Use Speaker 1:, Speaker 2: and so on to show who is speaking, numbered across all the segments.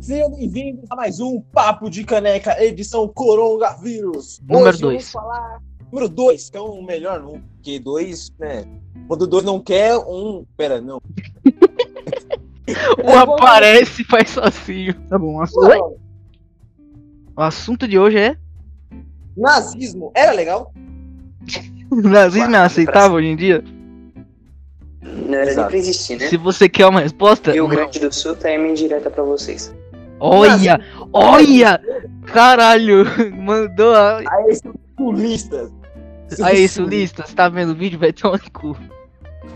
Speaker 1: Sejam bem-vindos a mais um Papo de Caneca, edição Coronavírus.
Speaker 2: Número
Speaker 1: Hoje vamos
Speaker 2: dois.
Speaker 1: falar número 2, que é o melhor número, porque 2, né? Quando dois não quer, um. Pera, não.
Speaker 2: Um O aparece e faz sozinho.
Speaker 3: Tá bom, o assu-
Speaker 2: Oi? O assunto de hoje é
Speaker 1: Nazismo era legal?
Speaker 2: nazismo é aceitável hoje em dia?
Speaker 4: Não era
Speaker 1: Exato.
Speaker 4: nem pra existir, né?
Speaker 2: Se você quer uma resposta,
Speaker 4: Rio Grande do Sul tá aí minha indireta pra vocês.
Speaker 2: olha,
Speaker 1: Nazismo-
Speaker 2: olha, caralho, mandou a...
Speaker 1: Aí são turistas.
Speaker 2: Aí, sulista, você tá vendo o vídeo, vai tomar no cu.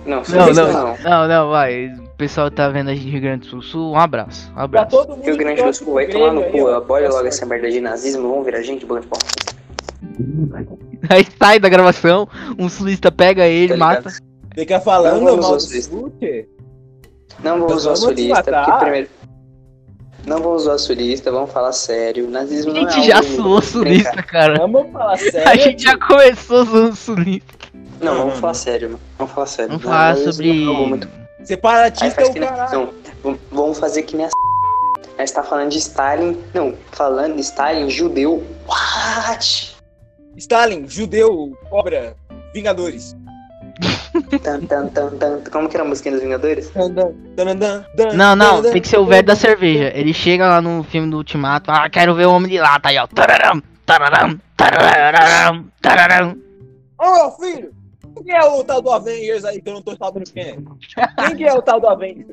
Speaker 4: Não,
Speaker 2: Não,
Speaker 4: sulista não.
Speaker 2: Não, não, vai, o pessoal tá vendo a gente no Rio Grande do Sul, um abraço, um
Speaker 1: Pra
Speaker 2: abraço.
Speaker 1: todo mundo.
Speaker 4: Rio Grande do Sul vai
Speaker 1: que
Speaker 4: tomar no
Speaker 1: gosta do
Speaker 4: cu,
Speaker 1: Grêmio,
Speaker 4: abole
Speaker 1: aí, ó.
Speaker 4: logo essa merda de nazismo, vão virar gente, bando de pau.
Speaker 2: Aí sai da gravação, um sulista pega ele,
Speaker 4: Tá
Speaker 2: mata.
Speaker 1: Fica falando
Speaker 4: Não vamos
Speaker 1: mal do
Speaker 4: usar isso.
Speaker 1: Suter.
Speaker 4: Não vou
Speaker 1: Então
Speaker 4: usar o
Speaker 1: vamos
Speaker 4: sulista,
Speaker 1: matar.
Speaker 4: porque primeiro. Não vou usar o sulista, vamos falar sério. Nazismo
Speaker 2: A
Speaker 4: não é
Speaker 2: gente já
Speaker 4: algo de
Speaker 2: suou
Speaker 4: brincar.
Speaker 2: sulista, cara.
Speaker 1: Vamos falar sério.
Speaker 2: A gente já começou zoando sulista.
Speaker 4: Não,
Speaker 1: Uhum.
Speaker 4: vamos falar sério, mano. Vamos falar sério.
Speaker 2: Vamos falar
Speaker 4: Nazismo
Speaker 2: sobre...
Speaker 4: é algo muito- Aí
Speaker 1: Separatista é
Speaker 4: faz
Speaker 1: o
Speaker 4: que nem-
Speaker 1: caralho.
Speaker 4: não, v- Vamos fazer que nem a. Aí você tá falando de Stalin. Não, falando de Stalin, judeu. What?
Speaker 1: Stalin, judeu, cobra, vingadores.
Speaker 4: Tan, tan, tan, tan. Como que era a musiquinha dos Vingadores?
Speaker 2: Não, não, tem que ser o velho da cerveja. Ele chega lá no filme do Ultimato, ah, quero ver o homem de lá, tá aí, ó. Tararam, tararam, tararam, tararam.
Speaker 1: Ô, filho! Quem é o tal do Avengers aí que eu não tô sabendo quem é? Quem que é o tal do Avengers?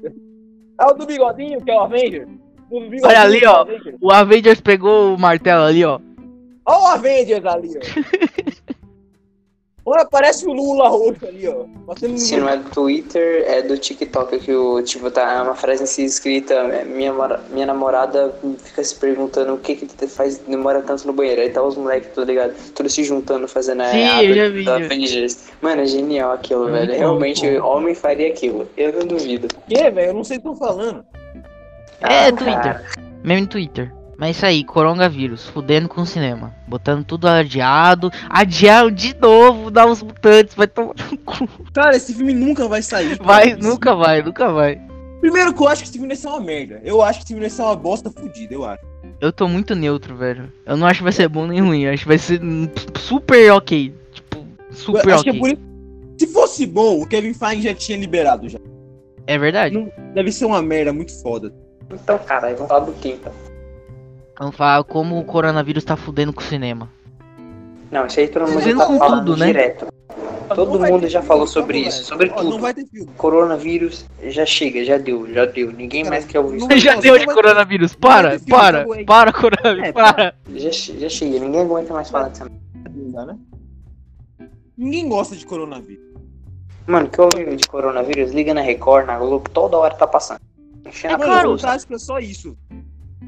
Speaker 1: É o do bigodinho que é o Avengers? Do bigodinho
Speaker 2: Olha ali,
Speaker 1: que é o
Speaker 2: ó.
Speaker 1: Avengers?
Speaker 2: O Avengers pegou o martelo ali, ó.
Speaker 1: Olha o Avengers ali, ó. Olha, parece o Lula roxo ali, ó. Batendo no-
Speaker 4: Se não é do Twitter, é do TikTok que o tipo tá é uma frase em si escrita. é, Minha, mora- minha namorada fica se perguntando o que que tu faz, demora tanto no banheiro. Aí tá os moleques, tá ligado? Todos se juntando, fazendo
Speaker 2: Sim,
Speaker 4: a
Speaker 2: eu já vi.
Speaker 4: da Avengers. Mano, é genial aquilo,
Speaker 2: Muito
Speaker 4: velho.
Speaker 2: bom,
Speaker 4: Realmente,
Speaker 2: pô.
Speaker 4: homem faria aquilo. Eu não duvido.
Speaker 1: Que, velho? Eu não sei o que eu tô falando.
Speaker 2: É,
Speaker 4: Ah,
Speaker 2: Twitter. Meme no Twitter. Mas isso aí, coronavírus, fudendo com o cinema. Botando tudo adiado. Adiado de novo, dá uns mutantes, vai tomar no cu.
Speaker 1: Cara, esse filme nunca vai sair. cara.
Speaker 2: Vai, nunca vai, nunca vai.
Speaker 1: Primeiro que eu acho que esse filme vai ser uma merda. Eu acho que esse filme vai ser uma bosta fodida, eu acho.
Speaker 2: Eu tô muito neutro, velho. Eu não acho que vai ser bom nem ruim, eu acho que vai ser hum, super ok. Tipo, super
Speaker 1: Eu
Speaker 2: ok.
Speaker 1: é por isso- Se fosse bom, o Kevin Feige já tinha liberado já.
Speaker 2: É verdade.
Speaker 1: Deve ser uma merda muito foda.
Speaker 4: Então, caralho, vamos falar do que então?
Speaker 2: Vamos falar como o coronavírus tá fudendo com o cinema.
Speaker 4: Não, isso aí todo mundo
Speaker 2: Fudendo
Speaker 4: já
Speaker 2: com
Speaker 4: tá falando
Speaker 2: tudo, né?
Speaker 4: direto. Todo
Speaker 1: Não vai
Speaker 4: mundo
Speaker 1: ter
Speaker 4: já
Speaker 1: filme,
Speaker 4: falou
Speaker 1: tá
Speaker 4: sobre
Speaker 1: bom,
Speaker 4: isso,
Speaker 1: velho.
Speaker 4: sobre
Speaker 1: Ó,
Speaker 4: tudo.
Speaker 1: Não vai ter filme.
Speaker 4: Coronavírus já chega, já deu, já deu. Ninguém mais quer ouvir
Speaker 1: Não,
Speaker 4: isso.
Speaker 2: Já
Speaker 1: não,
Speaker 2: deu
Speaker 1: só
Speaker 2: de
Speaker 1: vai-
Speaker 2: coronavírus.
Speaker 1: vai
Speaker 2: Para,
Speaker 1: ter filme,
Speaker 2: para,
Speaker 1: acabou aí.
Speaker 2: para, coronavírus,
Speaker 1: É,
Speaker 2: para.
Speaker 4: Já, che- já chega, ninguém aguenta mais falar dessa merda.
Speaker 1: Ainda, né? Ninguém gosta de coronavírus.
Speaker 4: Mano, que eu ouvi de coronavírus, liga na Record, na Globo, toda hora tá passando. Enchendo
Speaker 2: É
Speaker 4: a
Speaker 1: Mano,
Speaker 2: claro.
Speaker 1: o
Speaker 4: boca.
Speaker 1: Fantástico é só isso.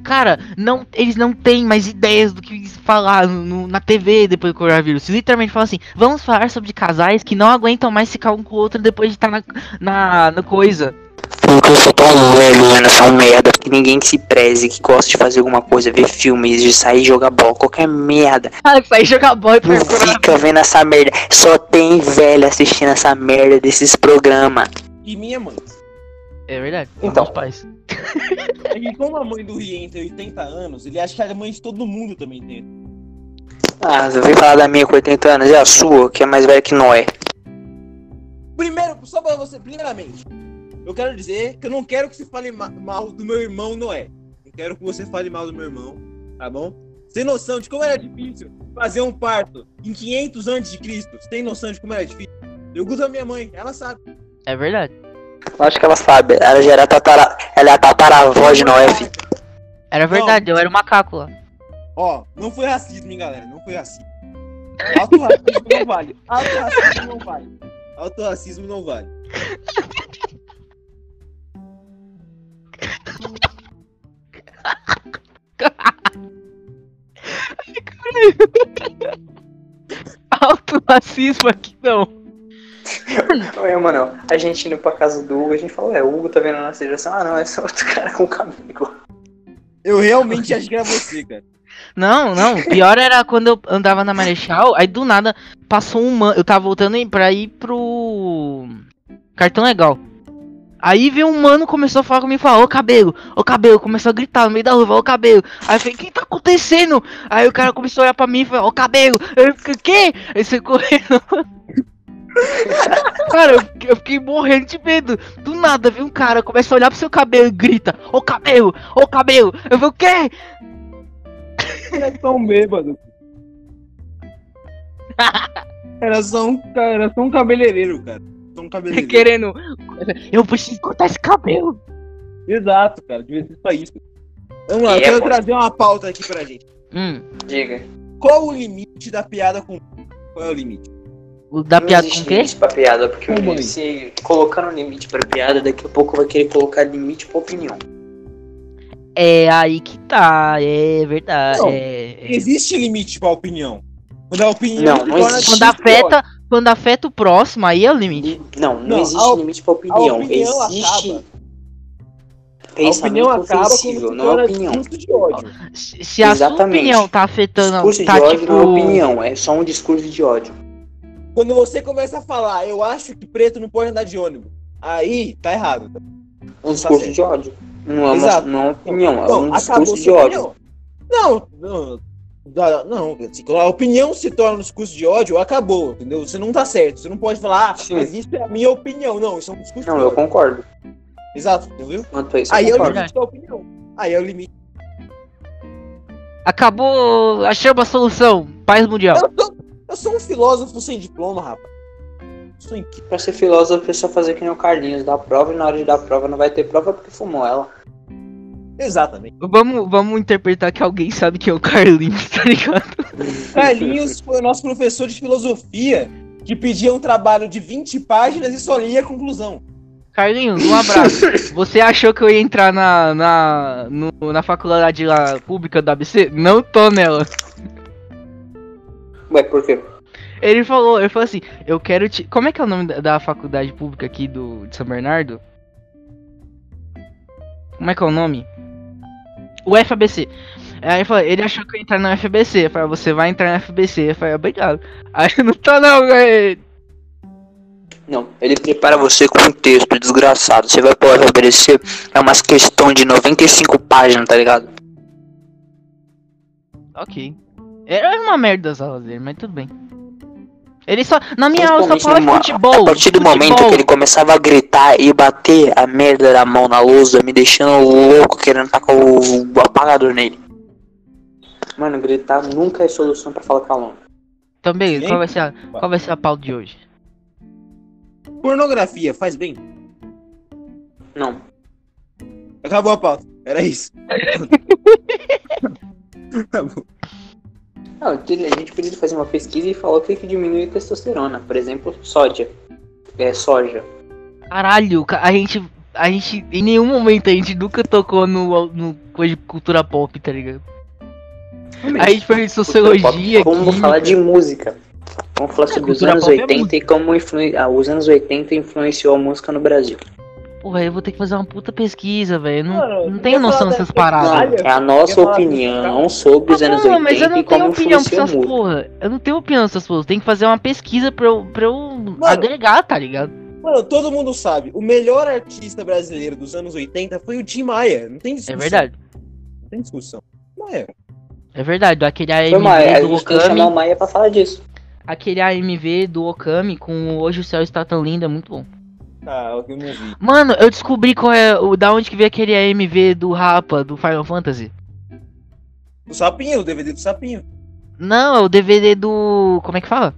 Speaker 2: Cara, não, eles não têm mais ideias do que falar no- no- na TV depois do coronavírus. Se literalmente falam assim, vamos falar sobre casais que não aguentam mais ficar um com o outro depois de estar na, na, na coisa.
Speaker 4: Porque eu sou tão velho, mano, essa merda. Que ninguém que se preze, que gosta de fazer alguma coisa, ver filmes, de sair jogar bola, qualquer merda.
Speaker 2: Cara, que sair jogar bola e
Speaker 4: Não
Speaker 2: perder o coronavírus.
Speaker 4: fica vendo essa merda. Só tem velho assistindo essa merda desses programas.
Speaker 1: E minha mãe.
Speaker 2: É verdade.
Speaker 4: Então.
Speaker 2: Então. Pais.
Speaker 1: É que como a mãe do Rie tem 80 anos, ele acha que a mãe de todo mundo também tem.
Speaker 4: Ah, eu ouvi falar da minha com 80 anos, é a sua, que é mais velha que nós.
Speaker 1: Primeiro, só pra você, primeiramente, eu quero dizer que eu não quero que você fale ma- mal do meu irmão Noé. Não quero que você fale mal do meu irmão, tá bom? Sem noção de como era difícil fazer um parto em 500 antes de Cristo. Você tem noção de como era difícil? Eu uso a minha mãe, ela sabe.
Speaker 2: É verdade.
Speaker 4: Lógico que ela sabe, ela já era tatara... ela é a tataravó de Noé, filho.
Speaker 2: Era verdade, eu era um macaco lá.
Speaker 1: Ó, não foi racismo, hein, galera? Não foi racismo. Autorracismo não vale. Autorracismo não vale. Autorracismo não vale.
Speaker 2: Alto racismo aqui não.
Speaker 4: Não é, mano. A gente indo pra casa do Hugo, a gente falou, é, o Hugo tá vendo a nossa geração. Ah, não, é só outro cara com cabelo.
Speaker 1: Eu realmente acho que era você, cara.
Speaker 2: Não, não. o Pior era quando eu andava na Marechal, aí do nada passou um mano. Eu tava voltando aí pra ir pro. Cartão legal. Aí veio um mano começou a falar comigo e falou, ô cabelo, ô cabelo, começou a gritar no meio da rua, ô cabelo. Aí eu falei, o que tá acontecendo? Aí o cara começou a olhar pra mim e falou, ô cabelo, eu fiquei, o quê? Aí você correndo. cara, eu fiquei, eu fiquei morrendo de medo. Do nada, viu um cara, começa a olhar pro seu cabelo e grita, ô cabelo, ô cabelo. Eu falei, o quê?
Speaker 1: Era é tão bêbado. Era só um, cara, era só um cabeleireiro, cara. Só um cabeleireiro.
Speaker 2: Querendo. Eu preciso cortar esse cabelo.
Speaker 1: Exato, cara. Devia ser só isso. Vamos lá,
Speaker 4: E
Speaker 1: eu
Speaker 4: é
Speaker 1: quero
Speaker 4: bom.
Speaker 1: trazer uma pauta aqui pra gente.
Speaker 2: Hum,
Speaker 4: Diga.
Speaker 1: Qual o limite da piada com. Qual é o limite?
Speaker 2: o da
Speaker 4: Não
Speaker 2: piada com
Speaker 4: existe
Speaker 2: o quê?
Speaker 4: limite pra piada, porque
Speaker 1: Com mãe.
Speaker 4: se colocar um limite pra piada, daqui a pouco vai querer colocar limite pra opinião.
Speaker 2: É aí que tá, é verdade.
Speaker 1: Não,
Speaker 2: é, é.
Speaker 1: Existe limite pra opinião. Quando a opinião
Speaker 4: Não,
Speaker 1: se
Speaker 4: não
Speaker 1: torna
Speaker 4: existe.
Speaker 2: Quando
Speaker 1: X pior.
Speaker 2: afeta, quando afeta o próximo, aí é o limite.
Speaker 4: E- não, não,
Speaker 1: Não,
Speaker 4: existe
Speaker 1: a op-
Speaker 4: limite pra
Speaker 1: a
Speaker 4: opinião.
Speaker 1: opinião
Speaker 4: existe
Speaker 1: acaba. A
Speaker 4: pensamento
Speaker 1: opinião acaba quando
Speaker 4: ofensivo,
Speaker 1: se
Speaker 4: não é
Speaker 1: torna
Speaker 4: opinião.
Speaker 1: discurso de ódio.
Speaker 2: Se, se a sua
Speaker 4: Exatamente.
Speaker 2: opinião tá afetando,
Speaker 4: Discurso de
Speaker 2: tá
Speaker 4: ódio
Speaker 2: tipo,
Speaker 4: não é opinião, é só um discurso de ódio.
Speaker 1: Quando você começa a falar, eu acho que preto não pode andar de ônibus. Aí, tá errado.
Speaker 4: Um discurso
Speaker 1: Tá certo.
Speaker 4: de ódio. Não é, uma,
Speaker 1: Exato.
Speaker 4: não é uma opinião, é
Speaker 1: Bom,
Speaker 4: um
Speaker 1: acabou
Speaker 4: discurso de
Speaker 1: sua
Speaker 4: ódio.
Speaker 1: opinião. Não, não, da- não, se a opinião se torna um discurso de ódio, acabou, entendeu? Você não tá certo, você não pode falar, ah,
Speaker 4: Sim.
Speaker 1: mas isso é a minha opinião. Não, isso é um discurso
Speaker 4: Não,
Speaker 1: de
Speaker 4: eu
Speaker 1: ódio.
Speaker 4: concordo.
Speaker 1: Exato, entendeu?
Speaker 4: Quanto a isso,
Speaker 1: Aí
Speaker 4: eu
Speaker 1: é o
Speaker 4: concordo.
Speaker 1: limite da opinião. Aí é o limite.
Speaker 2: acabou, achamos a solução, paz mundial.
Speaker 1: Eu sou, eu sou um filósofo sem diploma, rapaz. Sou incrível.
Speaker 4: Pra ser filósofo, é só fazer que nem o Carlinhos, dar prova e na hora de dar prova não vai ter prova porque fumou ela.
Speaker 1: Exatamente.
Speaker 2: Vamos, vamos interpretar que alguém sabe que é o Carlinhos, tá ligado?
Speaker 1: Carlinhos foi o nosso professor de filosofia que pedia um trabalho de 20 páginas e só lia a conclusão.
Speaker 2: Carlinhos, um abraço. Você achou que eu ia entrar na, na, no- na faculdade lá, pública da ABC? Não tô nela.
Speaker 4: Ué, por quê?
Speaker 2: Ele falou, ele falou assim, eu quero te. Como é que é o nome da, da faculdade pública aqui do de São Bernardo? Como é que é o nome? O FABC. Aí ele, falou, ele achou que eu ia entrar na FBC. Eu falei, "Ah, você vai entrar na FBC. Eu falei, obrigado. Aí eu, não tá não, velho.
Speaker 4: Não, ele prepara você com um texto desgraçado. Você vai poder obedecer é umas questões de 95 páginas, tá ligado?
Speaker 2: Ok. Era uma merda as aulas dele, mas tudo bem. Ele só. Na minha aula só
Speaker 4: Principalmente
Speaker 2: falava de
Speaker 4: numa-
Speaker 2: futebol.
Speaker 4: A partir do
Speaker 2: futebol.
Speaker 4: momento que ele começava a gritar e bater a merda da mão na lousa, me deixando louco, querendo tacar o, o apagador nele. Mano, gritar nunca é solução pra falar com aluno.
Speaker 2: Então, beleza,
Speaker 1: Hein?
Speaker 2: qual vai, ser a, qual vai ser a pauta de hoje?
Speaker 1: Pornografia, faz bem.
Speaker 4: Não.
Speaker 1: Acabou a pauta. Era isso. tá bom.
Speaker 4: Não, eu diria- a gente podia fazer uma pesquisa e falar o que, que diminui a testosterona. Por exemplo, sódia. É, soja.
Speaker 2: Caralho, ca- a gente. A gente. Em nenhum momento a gente nunca tocou no, no coisa de cultura pop, tá ligado? A gente foi em sociologia.
Speaker 4: Vamos
Speaker 2: química.
Speaker 4: falar de música. Vamos falar sobre os
Speaker 2: cultura
Speaker 4: anos
Speaker 2: pop é
Speaker 4: 80 e como influi- ah, os anos 80 influenciou a música no Brasil.
Speaker 2: Porra, eu vou ter que fazer uma puta pesquisa, velho. Não,
Speaker 1: Mano,
Speaker 2: não tenho
Speaker 1: eu ia
Speaker 2: noção
Speaker 1: falar
Speaker 2: dessas
Speaker 1: da-
Speaker 4: Não,
Speaker 2: paradas.
Speaker 1: Caralho,
Speaker 4: é a
Speaker 1: eu
Speaker 4: nossa
Speaker 1: ia falar
Speaker 4: opinião sobre os
Speaker 2: Ah,
Speaker 4: anos
Speaker 2: não, mas eu
Speaker 4: 80
Speaker 2: não tenho
Speaker 4: e como
Speaker 2: opinião pra
Speaker 4: influenciou a
Speaker 2: essas
Speaker 4: música.
Speaker 2: porra. Eu não tenho opinião pra essas porra. Tem que fazer uma pesquisa pra eu, pra eu agregar, tá ligado?
Speaker 1: Mano, todo mundo sabe. O melhor artista brasileiro dos anos 80 foi o Tim Maia. Não tem
Speaker 2: É
Speaker 1: discussão.
Speaker 2: verdade.
Speaker 1: Não tem discussão. Maia.
Speaker 2: É verdade. Aquele AMV
Speaker 4: Foi Maia, a
Speaker 2: do
Speaker 4: gente tem que chamar um- o
Speaker 2: Okami.
Speaker 4: Maia pra falar disso.
Speaker 2: Aquele AMV do Okami com Hoje o Céu Está Tão Lindo é muito bom.
Speaker 1: Ah, eu não vi.
Speaker 2: Mano, eu descobri qual é o da onde que veio aquele AMV do Rapa do Final Fantasy.
Speaker 1: O Sapinho, o DVD do Sapinho.
Speaker 2: Não, é o DVD do. Como é que fala?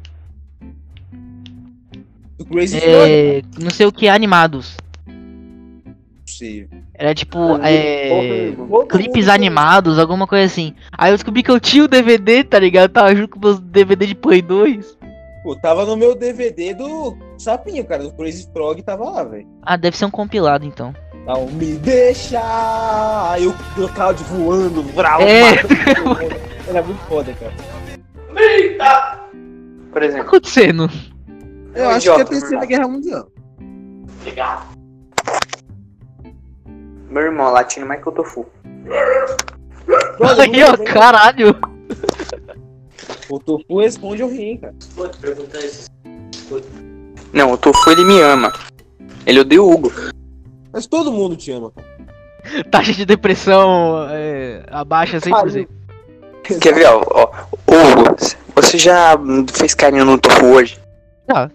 Speaker 1: Do Crazy Frog.
Speaker 2: É, não sei o que animados.
Speaker 1: Não sei.
Speaker 2: Era tipo. É,
Speaker 4: Porra,
Speaker 1: Todo
Speaker 2: clipes
Speaker 1: mundo-
Speaker 2: animados, alguma coisa assim. Aí eu descobri que eu tinha o DVD, tá ligado? Eu Tava junto com meus DVD de Play 2.
Speaker 1: Pô, tava no meu DVD do Sapinho, cara. Do Crazy Frog tava lá, velho.
Speaker 2: Ah, deve ser um compilado então.
Speaker 1: Não me deixa! Aí o local de voando, vral,
Speaker 2: É.
Speaker 1: matando todo mundo. Era é muito foda, cara.
Speaker 4: Por
Speaker 2: O que tá
Speaker 4: exemplo.
Speaker 2: acontecendo?
Speaker 1: Eu
Speaker 4: Um
Speaker 1: acho que é
Speaker 4: idiota,
Speaker 1: a Terceira
Speaker 4: verdade.
Speaker 1: Guerra Mundial.
Speaker 4: Meu irmão latino Michael Tofu.
Speaker 2: Aí, ó, caralho.
Speaker 1: O Tofu responde ao rim, cara.
Speaker 4: Não, o Tofu ele me ama. Ele odeia o Hugo.
Speaker 1: Mas todo mundo te ama, cara.
Speaker 2: Taxa de depressão é, abaixa 100%.
Speaker 4: Quer ver, ó, ó, Hugo, você já fez carinho no tofu hoje?
Speaker 2: Já.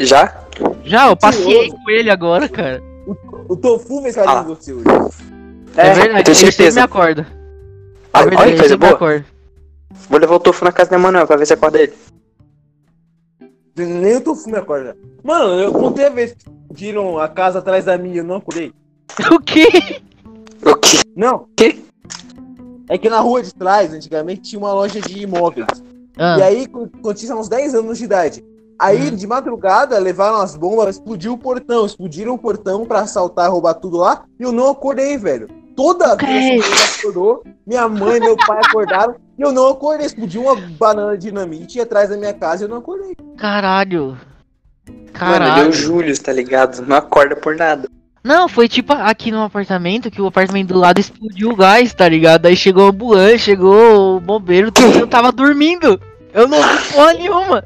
Speaker 4: Já?
Speaker 2: Já, eu passei com ele agora, cara.
Speaker 1: O Tofu fez carinho
Speaker 4: Ah.
Speaker 1: em você hoje.
Speaker 2: É, verdade, ele
Speaker 4: tenho
Speaker 2: sempre me
Speaker 4: certeza.
Speaker 2: acorda. É verdade,
Speaker 4: Ah, Olha que
Speaker 2: ele
Speaker 4: coisa
Speaker 2: sempre me
Speaker 4: boa.
Speaker 2: acorda.
Speaker 4: Vou levar o tofu na casa da Emanuel pra ver se acorda ele.
Speaker 1: Nem o Tofu me acorda. Mano, eu contei a vez que tiram a casa atrás da minha e eu não acordei.
Speaker 2: O quê?
Speaker 4: O quê?
Speaker 1: Não.
Speaker 4: Quê?
Speaker 1: É que na rua de trás, antigamente, tinha uma loja de imóveis.
Speaker 2: Ah, Hum.
Speaker 1: E aí, quando quando tinha uns 10 anos de idade. Aí, de madrugada, levaram as bombas, explodiu o portão, explodiram o portão pra assaltar, roubar tudo lá, e eu não acordei, velho. Toda
Speaker 2: Creio.
Speaker 1: vez que eu acordou, minha mãe e meu pai acordaram, e eu não acordei. Explodiu uma banana de dinamite atrás da minha casa e eu não acordei.
Speaker 2: caralho.
Speaker 4: Mano, ele é
Speaker 2: Caralho.
Speaker 4: o Júlio, tá ligado? Não acorda por nada.
Speaker 2: Não, foi tipo aqui no apartamento que o apartamento do lado explodiu o gás, tá ligado? Aí chegou a ambulância, chegou o bombeiro, tudo, eu tava dormindo. Eu não vi porra nenhuma.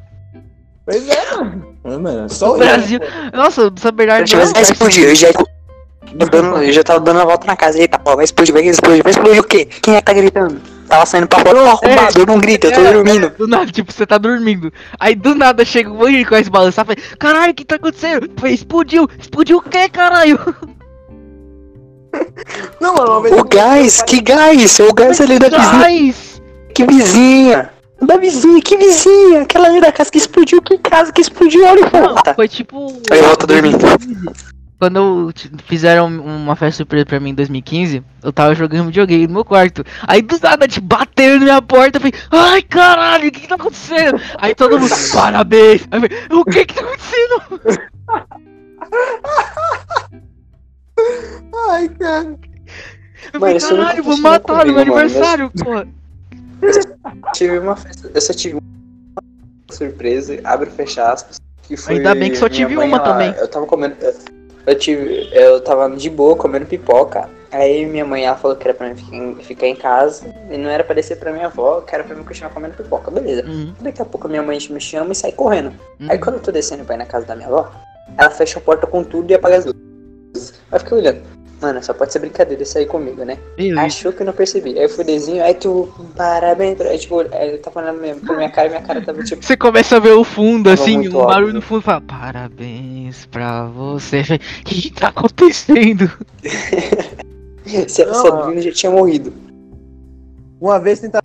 Speaker 1: Pois é, mano. É, mano, só
Speaker 2: O
Speaker 1: o
Speaker 2: Brasil. Nossa, o São
Speaker 4: Se tá
Speaker 2: Bernardo.
Speaker 4: eu tivesse vai explodir, eu já, eu dando- eu já tava dando a volta na casa. Eita, pô, vai explodir, vai explodir, vai explodir o quê? Quem é que tá gritando? Tava saindo pra fora, ô arrombado, eu não grito, eu tô
Speaker 2: É,
Speaker 4: dormindo.
Speaker 2: Do nada, tipo, você tá dormindo. Aí do nada chega um banheiro com as balançar e fala: Caralho, o que tá acontecendo? Falei, explodiu! Explodiu o quê, caralho?
Speaker 1: Não, mano, uma vez
Speaker 4: O
Speaker 1: eu-
Speaker 4: gás, que gás? O gás ali da vizinha.
Speaker 2: Gás!
Speaker 4: Que vizinha? Da vizinha, que vizinha? Aquela ali da casa que explodiu, que casa que explodiu, olha o
Speaker 2: Não,
Speaker 4: fogo.
Speaker 2: foi tipo.
Speaker 4: Aí volta a dormir.
Speaker 2: Quando eu t- fizeram uma festa surpresa pra mim em 2015, eu tava jogando videogame no meu quarto. Aí do nada, te bateram na minha porta, eu falei, ai caralho, o que que tá acontecendo? Aí todo mundo, parabéns! Aí eu falei, o que que tá acontecendo?
Speaker 1: Ai, cara.
Speaker 2: Eu
Speaker 4: Mano,
Speaker 2: falei,
Speaker 4: isso nunca
Speaker 2: caralho, vou
Speaker 4: aconteceu
Speaker 2: matar no meu
Speaker 4: comigo, mano, mas-
Speaker 2: aniversário, porra.
Speaker 4: tive uma festa, eu só tive uma surpresa, abre e fecha aspas. Que foi
Speaker 2: Ainda bem que só tive
Speaker 4: minha mãe,
Speaker 2: uma
Speaker 4: ela-
Speaker 2: também.
Speaker 4: Eu tava comendo. eu- Eu, tive, eu tava de boa comendo pipoca. Aí minha mãe ela falou que era pra mim ficar em, ficar em casa. E não era pra descer pra minha avó, que era pra mim continuar comendo pipoca. Beleza.
Speaker 2: Hum,
Speaker 4: Daqui a pouco minha mãe me chama e sai correndo.
Speaker 2: hum.
Speaker 4: Aí quando eu tô descendo pra ir na casa da minha avó, ela fecha a porta com tudo e apaga as luzes. Aí eu fiquei olhando. Mano, só pode ser brincadeira isso aí comigo, né?
Speaker 2: Meu Deus.
Speaker 4: Achou que eu não percebi. Aí eu fui desenho, aí tu, parabéns. Aí, tipo, aí eu tava olhando minha- pra minha cara e minha cara tava tipo.
Speaker 2: Você começa a ver o fundo,
Speaker 4: Tava
Speaker 2: assim,
Speaker 4: muito
Speaker 2: o barulho
Speaker 4: alto, né?
Speaker 2: no fundo fala, parabéns pra você. Eu falei, O que que tá acontecendo?
Speaker 4: Se ela
Speaker 1: Não,
Speaker 4: soubesse, já tinha morrido.
Speaker 1: Uma vez tentaram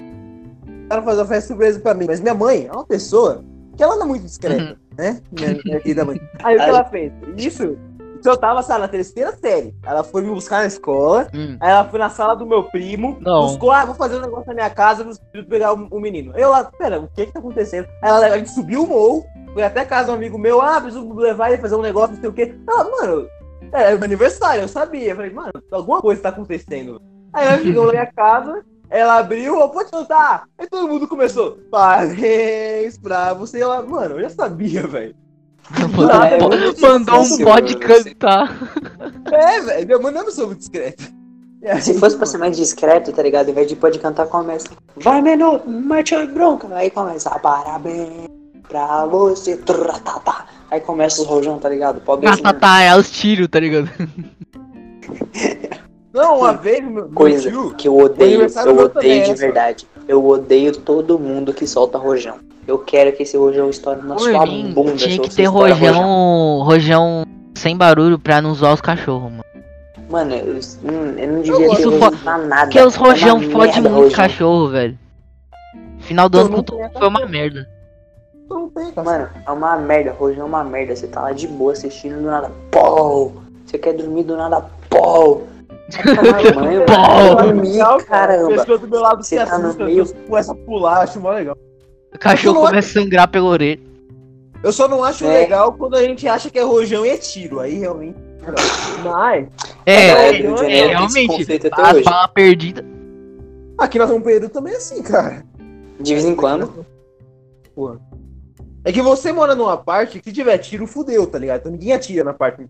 Speaker 1: fazer uma festa surpresa pra mim, mas minha mãe é uma pessoa que ela não é muito discreta.
Speaker 2: Uhum.
Speaker 1: né? Minha, minha querida mãe. Aí o que
Speaker 4: Ai.
Speaker 1: ela fez? Isso. Eu tava, sabe, na terceira série. Ela foi me buscar na escola.
Speaker 2: Hum,
Speaker 1: Aí ela foi na sala do meu primo.
Speaker 2: Não.
Speaker 1: Buscou, ah, vou fazer um negócio na minha casa, vou subir pegar o, o menino. Eu lá, pera, o que que tá acontecendo? Aí ela, a gente subiu o morro, foi até casa de um amigo meu, ah, preciso levar ele fazer um negócio, não sei o quê. Ela, mano, é meu aniversário, eu sabia. Eu falei, mano, alguma coisa tá acontecendo. Aí ela chegou na minha casa, ela abriu, eu pode cantar. Aí todo mundo começou, parabéns pra você. Ela, mano, eu já sabia, velho.
Speaker 2: mandou,
Speaker 1: nada,
Speaker 2: um po-
Speaker 4: eu não
Speaker 2: mandou um
Speaker 4: sei se
Speaker 2: bode
Speaker 4: eu- assim.
Speaker 2: cantar.
Speaker 1: É, velho, minha mãe não é uma pessoa muito discreta. E aí,
Speaker 4: Se fosse pra ser mais discreto, tá ligado? Em vez de pode cantar, começa. Vai, menor, mete a bronca. Aí começa. "Ah, Parabéns pra você. Trá, tá, tá." Aí começa os rojão, tá ligado? Pobrezinho.
Speaker 2: Tá, tá, tá, é os tiros, tá ligado?
Speaker 1: Não, uma vez, meu, meu
Speaker 4: Coisa
Speaker 1: tio-
Speaker 4: que eu
Speaker 1: O
Speaker 4: odeio,
Speaker 1: aniversário
Speaker 4: eu
Speaker 1: meu também
Speaker 4: odeio
Speaker 1: é
Speaker 4: de
Speaker 1: essa.
Speaker 4: verdade. Eu odeio todo mundo que solta rojão. Eu quero que esse rojão estoure na sua
Speaker 2: Por mim,
Speaker 4: bunda. se
Speaker 2: tinha que
Speaker 4: você
Speaker 2: ter
Speaker 4: estoura
Speaker 2: rojão, rojão sem barulho pra não zoar os cachorros, mano.
Speaker 4: Mano, eu, hum, eu não devia ter
Speaker 2: gosto
Speaker 4: rojão
Speaker 2: do
Speaker 4: pra nada.
Speaker 2: Porque os
Speaker 4: É uma
Speaker 2: rojão
Speaker 4: merda,
Speaker 2: fode muito
Speaker 4: rojão.
Speaker 2: cachorro, velho. Final do
Speaker 1: Eu
Speaker 2: ano
Speaker 1: não
Speaker 2: todo
Speaker 1: tenho
Speaker 2: foi uma merda.
Speaker 1: Não tem, cara.
Speaker 4: Mano, é uma merda, rojão é uma merda. Você tá lá de boa assistindo do nada, pô! Você quer dormir do nada, tá pô! Tamanho,
Speaker 2: Pô!
Speaker 4: dormir,
Speaker 1: A
Speaker 4: tá caramba!
Speaker 1: pessoa do meu lado se
Speaker 4: Você tá no
Speaker 1: assusta,
Speaker 4: meio.
Speaker 1: eu começa a pular, acho mó legal.
Speaker 2: O cachorro
Speaker 1: Eu não-
Speaker 2: começa a sangrar pela orelha.
Speaker 1: Eu só não acho
Speaker 4: É.
Speaker 1: legal quando a gente acha que é rojão e é tiro, aí realmente. Mas,
Speaker 2: É,
Speaker 1: eu-
Speaker 4: eu-
Speaker 2: é,
Speaker 4: eu- esse
Speaker 2: realmente. Tá
Speaker 4: conflito até
Speaker 2: As
Speaker 4: hoje.
Speaker 2: balas perdidas.
Speaker 1: aqui nós estamos Peru também é assim, cara.
Speaker 4: De vez em quando,
Speaker 1: É que você mora numa parte que se tiver tiro, fudeu, tá ligado? Então ninguém atira na parte.
Speaker 4: é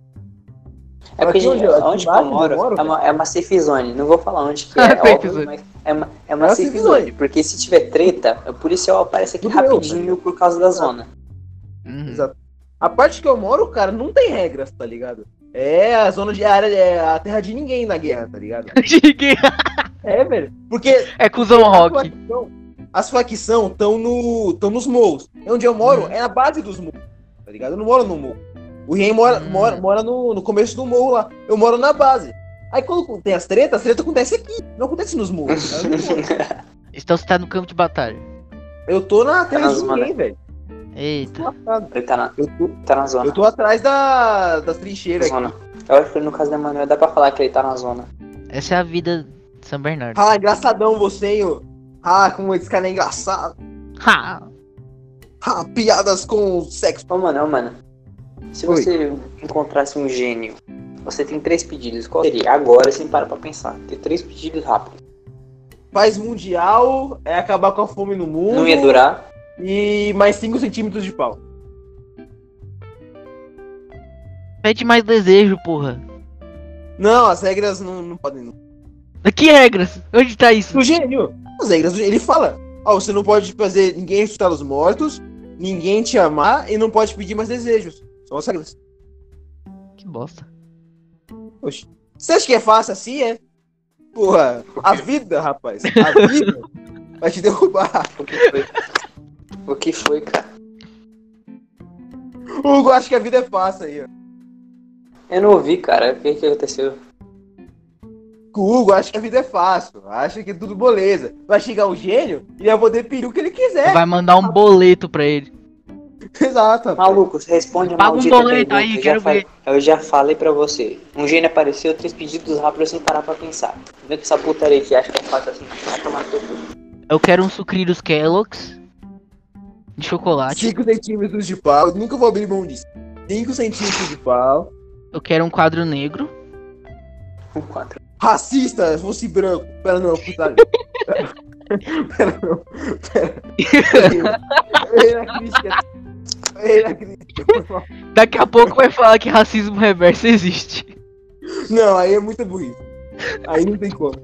Speaker 4: porque
Speaker 1: Aqui
Speaker 4: gente,
Speaker 1: onde eu- aqui
Speaker 4: onde que eu
Speaker 1: embaixo onde
Speaker 4: moro
Speaker 1: eu moro,
Speaker 4: é uma, é uma safe zone. Não vou falar onde que
Speaker 2: É
Speaker 4: é,
Speaker 2: safe
Speaker 4: óbvio,
Speaker 2: zone.
Speaker 4: mas é uma, é uma
Speaker 1: É uma
Speaker 4: safe
Speaker 1: safe
Speaker 4: zone.
Speaker 1: zone.
Speaker 4: Porque se tiver treta, o policial aparece aqui
Speaker 1: Tudo meu,
Speaker 4: rapidinho por causa da zona.
Speaker 2: Uhum.
Speaker 1: Exato. A parte que eu moro, cara, não tem regras, tá ligado? É a zona de área, é a terra de ninguém na guerra, tá ligado?
Speaker 2: Cheguei.
Speaker 1: É, velho. Porque
Speaker 2: é cuzão
Speaker 1: as
Speaker 2: rock.
Speaker 1: facção, as facção estão no, tão nos morros. É onde eu moro, é na base dos morros, tá ligado? Eu não moro no morro. O Rien mora,
Speaker 2: Hum.
Speaker 1: mora, mora no, no começo do morro lá. Eu moro na base. Aí quando tem as tretas, as tretas acontecem aqui. Não acontece nos morros. tá ligado? Eu não moro.
Speaker 2: Então você tá no campo de batalha.
Speaker 1: Eu tô na terra
Speaker 4: nas
Speaker 1: de ninguém, velho.
Speaker 2: Eita.
Speaker 4: Ele tá na,
Speaker 1: Eu tô,
Speaker 4: tá na zona.
Speaker 1: eu tô atrás da, das trincheiras aqui.
Speaker 4: zona. Eu acho que no caso da Emanuel dá pra falar que ele tá na zona.
Speaker 2: Essa é a vida de São Bernardo.
Speaker 1: Ah, engraçadão você, hein? ô. Ah, como esse cara é engraçado.
Speaker 2: Ha!
Speaker 1: Ah, piadas com sexo.
Speaker 4: Ô, mano, ô, mano. Se
Speaker 1: Oi.
Speaker 4: você encontrasse um gênio, você tem três pedidos. Qual seria? Agora, sem parar pra pensar. Ter três pedidos rápido.
Speaker 1: Paz mundial, é acabar com a fome no mundo.
Speaker 4: Não ia durar.
Speaker 1: E mais 5 centímetros de pau.
Speaker 2: Pede mais desejo, porra.
Speaker 1: Não, as regras não, não podem. Não.
Speaker 2: Que regras? Onde tá isso?
Speaker 1: O gênio, as regras, do gênio, ele fala: Ó, você não pode fazer ninguém ressuscitar os mortos, ninguém te amar e não pode pedir mais desejos. São as regras.
Speaker 2: Que bosta.
Speaker 1: Oxi. Você acha que é fácil assim, é? Porra, a vida, rapaz. A vida vai te derrubar.
Speaker 4: O que foi? o que foi, cara?
Speaker 1: O Hugo acha que a vida é fácil aí, ó.
Speaker 4: Eu não ouvi, cara. O que, que aconteceu?
Speaker 1: O Hugo acha que a vida é fácil, acha que é tudo beleza. Vai chegar o gênio e vai poder pedir o que ele quiser.
Speaker 2: Vai mandar um boleto pra ele.
Speaker 1: Exato. rapaz.
Speaker 4: Maluco, você responde a
Speaker 2: Paga um
Speaker 4: maldita
Speaker 2: boleto
Speaker 4: pergunta.
Speaker 2: aí,
Speaker 4: eu,
Speaker 2: quero
Speaker 4: já falei, eu já falei pra você. Um gênio apareceu, três pedidos rápidos sem parar pra pensar. Vê que essa putaria que acha que é fácil assim. Vai tomar no teu cu.
Speaker 2: Eu quero um sucrilhos Kellogg's. De chocolate.
Speaker 1: 5 centímetros de pau, eu nunca vou abrir mão disso. 5 centímetros de pau.
Speaker 2: Eu quero um quadro negro.
Speaker 4: Um quatro.
Speaker 1: Racista, fosse branco. Pera não, puta. Pera não, pera. Eu errei na é crítica. Eu errei na crítica, por favor.
Speaker 2: Daqui a pouco vai falar que racismo reverso existe.
Speaker 1: Não, aí é muita burrice. Aí não tem como.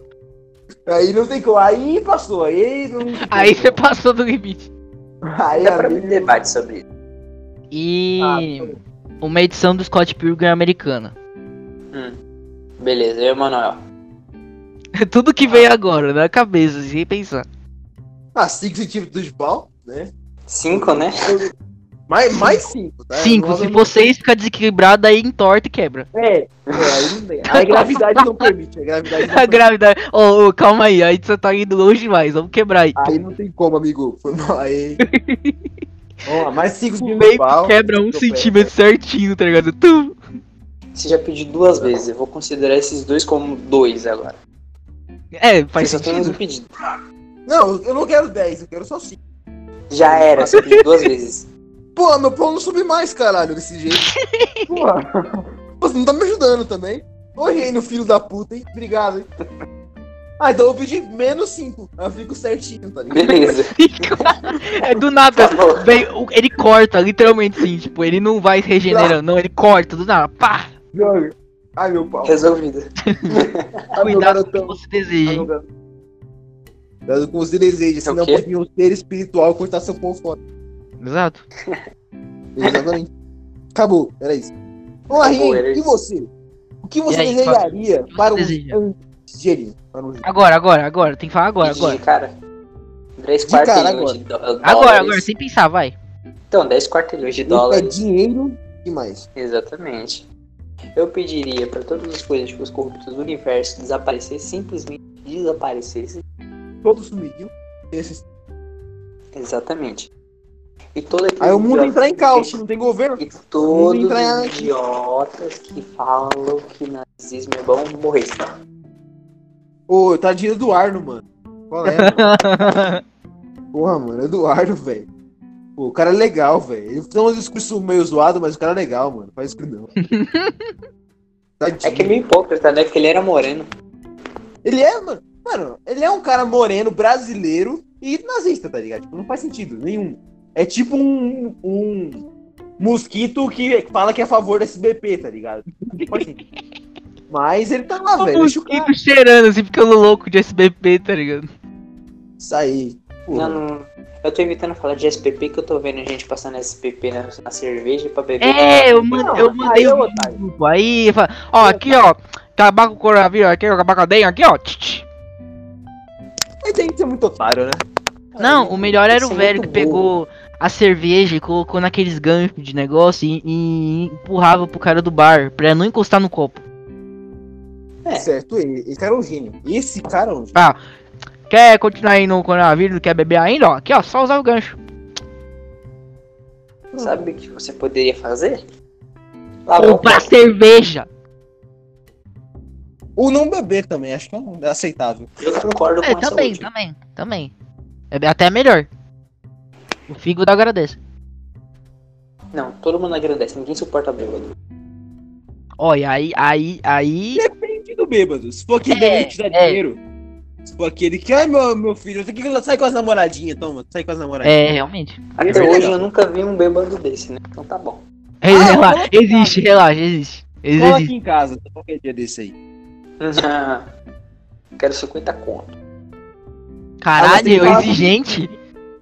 Speaker 1: Aí não tem como. Aí passou. Aí não.
Speaker 2: Aí você passou do limite.
Speaker 1: Aí
Speaker 4: Dá pra
Speaker 1: a
Speaker 4: mim
Speaker 1: vida-
Speaker 4: debate sobre isso.
Speaker 2: E
Speaker 1: Ah,
Speaker 2: uma edição do Scott Pilgrim americana.
Speaker 4: Beleza, eu e o Manuel.
Speaker 2: Tudo que veio agora, na cabeça, sem pensar.
Speaker 1: Ah, 5 centímetros de pau, né?
Speaker 4: Cinco, né?
Speaker 1: Mais 5, mais cinco, tá?
Speaker 2: Cinco,
Speaker 1: Nós
Speaker 2: se
Speaker 1: não-
Speaker 2: vocês ficar desequilibrado, aí entorta e quebra.
Speaker 1: É, é, aí não tem. A gravidade não permite. A gravidade não
Speaker 2: A
Speaker 1: permite.
Speaker 2: gravidade. Ô, ô, calma aí, aí você tá indo longe demais, vamos quebrar aí.
Speaker 1: Aí não tem como, amigo. Foi mal aí. Vamos lá, mais 5
Speaker 2: O
Speaker 1: centímetros de
Speaker 2: meio
Speaker 1: pau.
Speaker 2: quebra um
Speaker 1: Tô
Speaker 2: centímetro certinho, tá ligado? Tum.
Speaker 4: Você já pediu duas vezes. Eu vou considerar esses dois como dois agora.
Speaker 2: É, faz
Speaker 4: você só tem mais um
Speaker 2: sentido.
Speaker 4: pedido.
Speaker 1: Não, eu não quero 10, eu quero só 5.
Speaker 4: Já era, você pediu duas vezes.
Speaker 1: Pô, meu pau não sobe mais, caralho, desse jeito. Porra. Pô, você não tá me ajudando também. Ô, reino, filho da puta, hein? Obrigado, hein? Ah, então eu pedi menos 5. Eu fico certinho, tá ligado?
Speaker 4: Beleza. tá
Speaker 2: é do
Speaker 1: Tá
Speaker 2: nada.
Speaker 4: Acabou.
Speaker 2: Vem, o- ele corta, literalmente sim. Tipo, ele não vai se regenerando, não. Ele corta do nada. Pá!
Speaker 1: Joga. Ai, meu pau.
Speaker 4: Resolvido.
Speaker 1: Ai, meu
Speaker 2: Cuidado com o que
Speaker 1: garotão.
Speaker 2: você
Speaker 1: Ai,
Speaker 2: deseja, hein?
Speaker 1: meu garotão. Cuidado com os desejos,
Speaker 4: É o
Speaker 1: senão
Speaker 4: quê?
Speaker 1: pode vir um ser espiritual cortar seu pau fora.
Speaker 2: Exato.
Speaker 1: Exatamente. Acabou, era isso. Ô,
Speaker 4: Acabou, era
Speaker 1: Rin, e
Speaker 4: isso.
Speaker 1: você? O que você
Speaker 2: aí,
Speaker 1: desejaria
Speaker 2: você
Speaker 1: para um
Speaker 2: deseja?
Speaker 1: gênio? Para um gênio?
Speaker 2: Agora, agora, agora. Tem que falar agora,
Speaker 4: Pedi
Speaker 2: agora.
Speaker 4: de cara. 10
Speaker 1: De cara,
Speaker 4: quartilhões
Speaker 1: agora.
Speaker 4: de dó- dólares.
Speaker 2: Agora, agora, sem pensar, vai.
Speaker 4: Então, 10 quartilhões de
Speaker 1: É
Speaker 4: dólares.
Speaker 1: dinheiro e mais.
Speaker 4: Exatamente. Eu pediria pra todos os políticos corruptos do universo desaparecer, simplesmente desaparecessem.
Speaker 1: Todos sumiriam. Esses-
Speaker 4: Exatamente. E todo aquele
Speaker 1: Aí o mundo
Speaker 4: idiota
Speaker 1: entrar em
Speaker 4: que
Speaker 1: caos, não tem governo.
Speaker 4: E
Speaker 1: Não
Speaker 4: todos
Speaker 1: entra-
Speaker 4: os idiotas que falam que nazismo é bom morrer.
Speaker 1: Ô, tá dinheiro do Arno, mano. Qual é, mano? Porra, mano, Eduardo, velho. Pô, o cara é legal, velho. Ele tem um discurso meio zoado, mas o cara é legal, mano. Faz isso que não.
Speaker 4: É que é
Speaker 1: Tadinho.
Speaker 4: meio hipócrita, né? Porque ele era moreno.
Speaker 1: Ele é, mano. Mano, ele é um cara moreno, brasileiro e nazista, tá ligado? Tipo, não faz sentido nenhum. É tipo um, um mosquito que fala que é a favor do SBP, tá ligado? Não faz sentido. Mas ele tá lá,
Speaker 2: O
Speaker 1: velho. Deixa o cara
Speaker 2: mosquito cheirando, assim, ficando louco de SBP, tá ligado?
Speaker 1: sair.
Speaker 4: Não, não. Eu tô evitando falar de SPP que eu tô vendo gente passando SPP na, na cerveja pra beber.
Speaker 2: É, eu, man- eu
Speaker 4: Não,
Speaker 2: mandei o
Speaker 4: aí é
Speaker 2: vídeo
Speaker 4: otário.
Speaker 2: no grupo aí, fala, ó, aqui ó, acabar com o coronavírus, aqui ó, acabar com a dengue, aqui ó. tch, tch.
Speaker 1: Mas tem que ser muito otário, né?
Speaker 2: Não, o melhor era o
Speaker 4: Isso é
Speaker 2: velho que
Speaker 4: muito
Speaker 2: pegou a cerveja e colocou naqueles ganchos de negócio e, e empurrava pro cara do bar, pra não encostar no copo.
Speaker 4: É.
Speaker 1: Certo, ele. Esse cara é um gênio. Esse cara é um gênio.
Speaker 2: Quer continuar aí no coronavírus, quer beber ainda, ó, aqui ó, só usar o gancho.
Speaker 4: Sabe o que você poderia fazer? Tá
Speaker 2: Comprar cerveja.
Speaker 1: Ou não beber também, acho que é aceitável.
Speaker 4: Eu concordo com
Speaker 2: É,
Speaker 4: essa
Speaker 2: também,
Speaker 4: última.
Speaker 2: também, também. É be- até melhor. O fígado agradece.
Speaker 4: Não, todo mundo agradece, ninguém suporta bêbado.
Speaker 2: Olha, aí, aí, aí.
Speaker 1: Depende é do bêbado. Se for aquele
Speaker 2: É,
Speaker 1: bêbado que te dá
Speaker 2: é.
Speaker 1: dinheiro. Se for aquele que, ai meu, meu filho, tem que sai com as namoradinhas, toma, sai com as namoradinhas.
Speaker 2: É, realmente.
Speaker 1: É
Speaker 4: Até
Speaker 1: verdade.
Speaker 4: hoje eu nunca vi um bêbado desse, né? Então tá bom.
Speaker 2: Relaxa,
Speaker 1: vamos lá.
Speaker 2: existe, relaxa, existe. Eles
Speaker 1: Cola
Speaker 2: existem.
Speaker 1: aqui em casa, qualquer dia desse aí.
Speaker 4: Ah, Quero 50 conto.
Speaker 1: Ah,
Speaker 2: Caralho,
Speaker 1: você
Speaker 2: eu
Speaker 1: fala-
Speaker 2: exigente.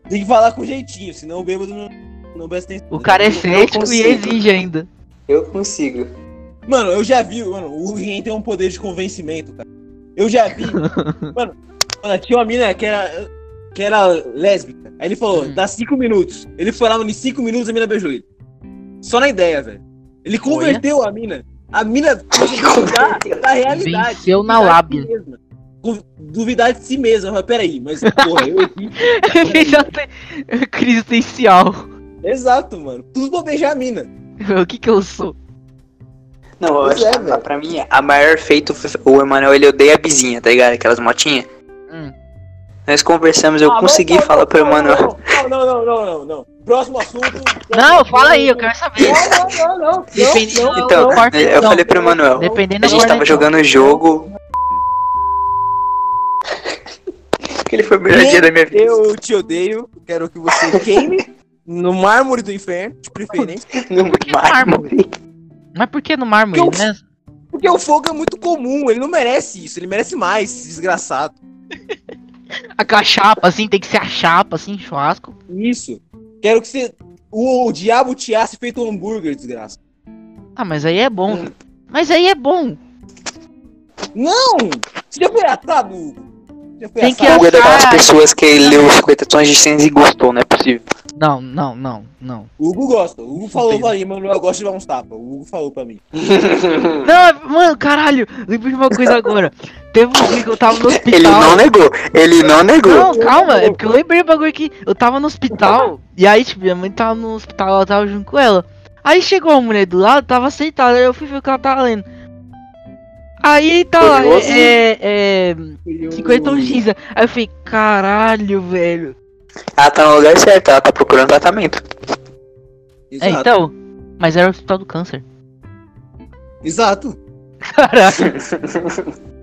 Speaker 1: Tem que falar com jeitinho, senão o bêbado não, não presta atenção.
Speaker 2: O cara é cético e
Speaker 4: consigo.
Speaker 2: exige ainda.
Speaker 4: Eu consigo.
Speaker 1: Mano, eu já vi, mano, o Ren tem um poder de convencimento, cara. Eu já vi. mano, mano, tinha uma mina que era, que era lésbica. Aí ele falou,
Speaker 2: Hum.
Speaker 1: dá cinco minutos. Ele foi lá, mano, em cinco minutos a mina beijou ele. Só na ideia, velho. Ele converteu a mina. A mina conseguiu duvidar da realidade.
Speaker 2: Venceu na
Speaker 1: duvidar
Speaker 2: lábia.
Speaker 1: De si mesma. Du- Duvidar de si mesma. Eu falei, Peraí, mas porra, eu aqui.
Speaker 2: Já tem- Crise existencial.
Speaker 1: Exato, mano. Tudo pra beijar a mina.
Speaker 2: O que que eu sou?
Speaker 4: Não, eu
Speaker 1: Pois
Speaker 4: acho
Speaker 1: é,
Speaker 4: que
Speaker 1: velho.
Speaker 4: pra mim a maior feito foi o Emanuel ele odeia a vizinha, tá ligado? Aquelas motinhas.
Speaker 2: Hum.
Speaker 4: Nós conversamos, eu
Speaker 1: Ah, mas
Speaker 4: consegui
Speaker 1: não,
Speaker 4: falar
Speaker 1: não,
Speaker 4: pro
Speaker 1: não,
Speaker 4: Emanuel.
Speaker 1: Não, não, não, não, não, não. Próximo assunto. próximo
Speaker 2: Não,
Speaker 1: assunto.
Speaker 2: fala aí, eu quero saber.
Speaker 1: Não, não, não, não.
Speaker 2: Depende-
Speaker 1: não, não,
Speaker 4: Então,
Speaker 1: não.
Speaker 2: corta
Speaker 4: eu
Speaker 2: isso, não.
Speaker 4: falei pro Emanuel.
Speaker 2: Dependendo
Speaker 4: A gente
Speaker 2: da
Speaker 1: é
Speaker 4: tava jogando o jogo. Aquele foi o melhor dia da minha vida.
Speaker 1: Eu te odeio, quero que você queime no mármore do inferno, de preferência.
Speaker 4: No mármore.
Speaker 2: Mas por que é no mármore,
Speaker 1: Eu-
Speaker 2: né?
Speaker 1: Porque o fogo é muito comum, ele não merece isso, ele merece mais, esse desgraçado.
Speaker 2: Aquela chapa, assim, tem que ser a chapa, assim, churrasco.
Speaker 1: Isso. Quero que você. O, o diabo te asse feito um hambúrguer, desgraça.
Speaker 2: Ah, mas aí é bom.
Speaker 4: Hum.
Speaker 2: Mas aí é bom.
Speaker 1: Não! Você já foi assado, Hugo. Já foi
Speaker 2: Tem que
Speaker 1: assado.
Speaker 4: Hugo é daquelas
Speaker 2: Ai.
Speaker 4: pessoas que leu 50 tons de cinza e gostou, não é possível.
Speaker 2: Não, não, não, não.
Speaker 1: O Hugo gosta. O Hugo falou
Speaker 2: Entendo.
Speaker 1: pra mim, mano, eu gosto de dar uns tapas. O Hugo falou pra mim.
Speaker 4: Hum.
Speaker 2: Não, é- mano, caralho, lembrei de uma coisa agora. Teve um dia que eu tava no hospital.
Speaker 4: Ele não negou, ele não negou.
Speaker 2: Não, calma, é porque eu lembrei o bagulho que eu tava no hospital, e aí, tipo, minha mãe tava no hospital, ela tava junto com ela. Aí chegou a mulher do lado, tava sentada, aí eu fui ver o que ela tava lendo. Aí tá lá,
Speaker 4: Curioso, né?
Speaker 2: é, é, é, 50 tons de cinza. Aí eu falei, caralho, velho.
Speaker 4: Ela tá no lugar certo, ela tá procurando tratamento.
Speaker 2: É,
Speaker 1: Exato.
Speaker 2: então, mas era o hospital do câncer.
Speaker 1: Exato.
Speaker 2: Caralho.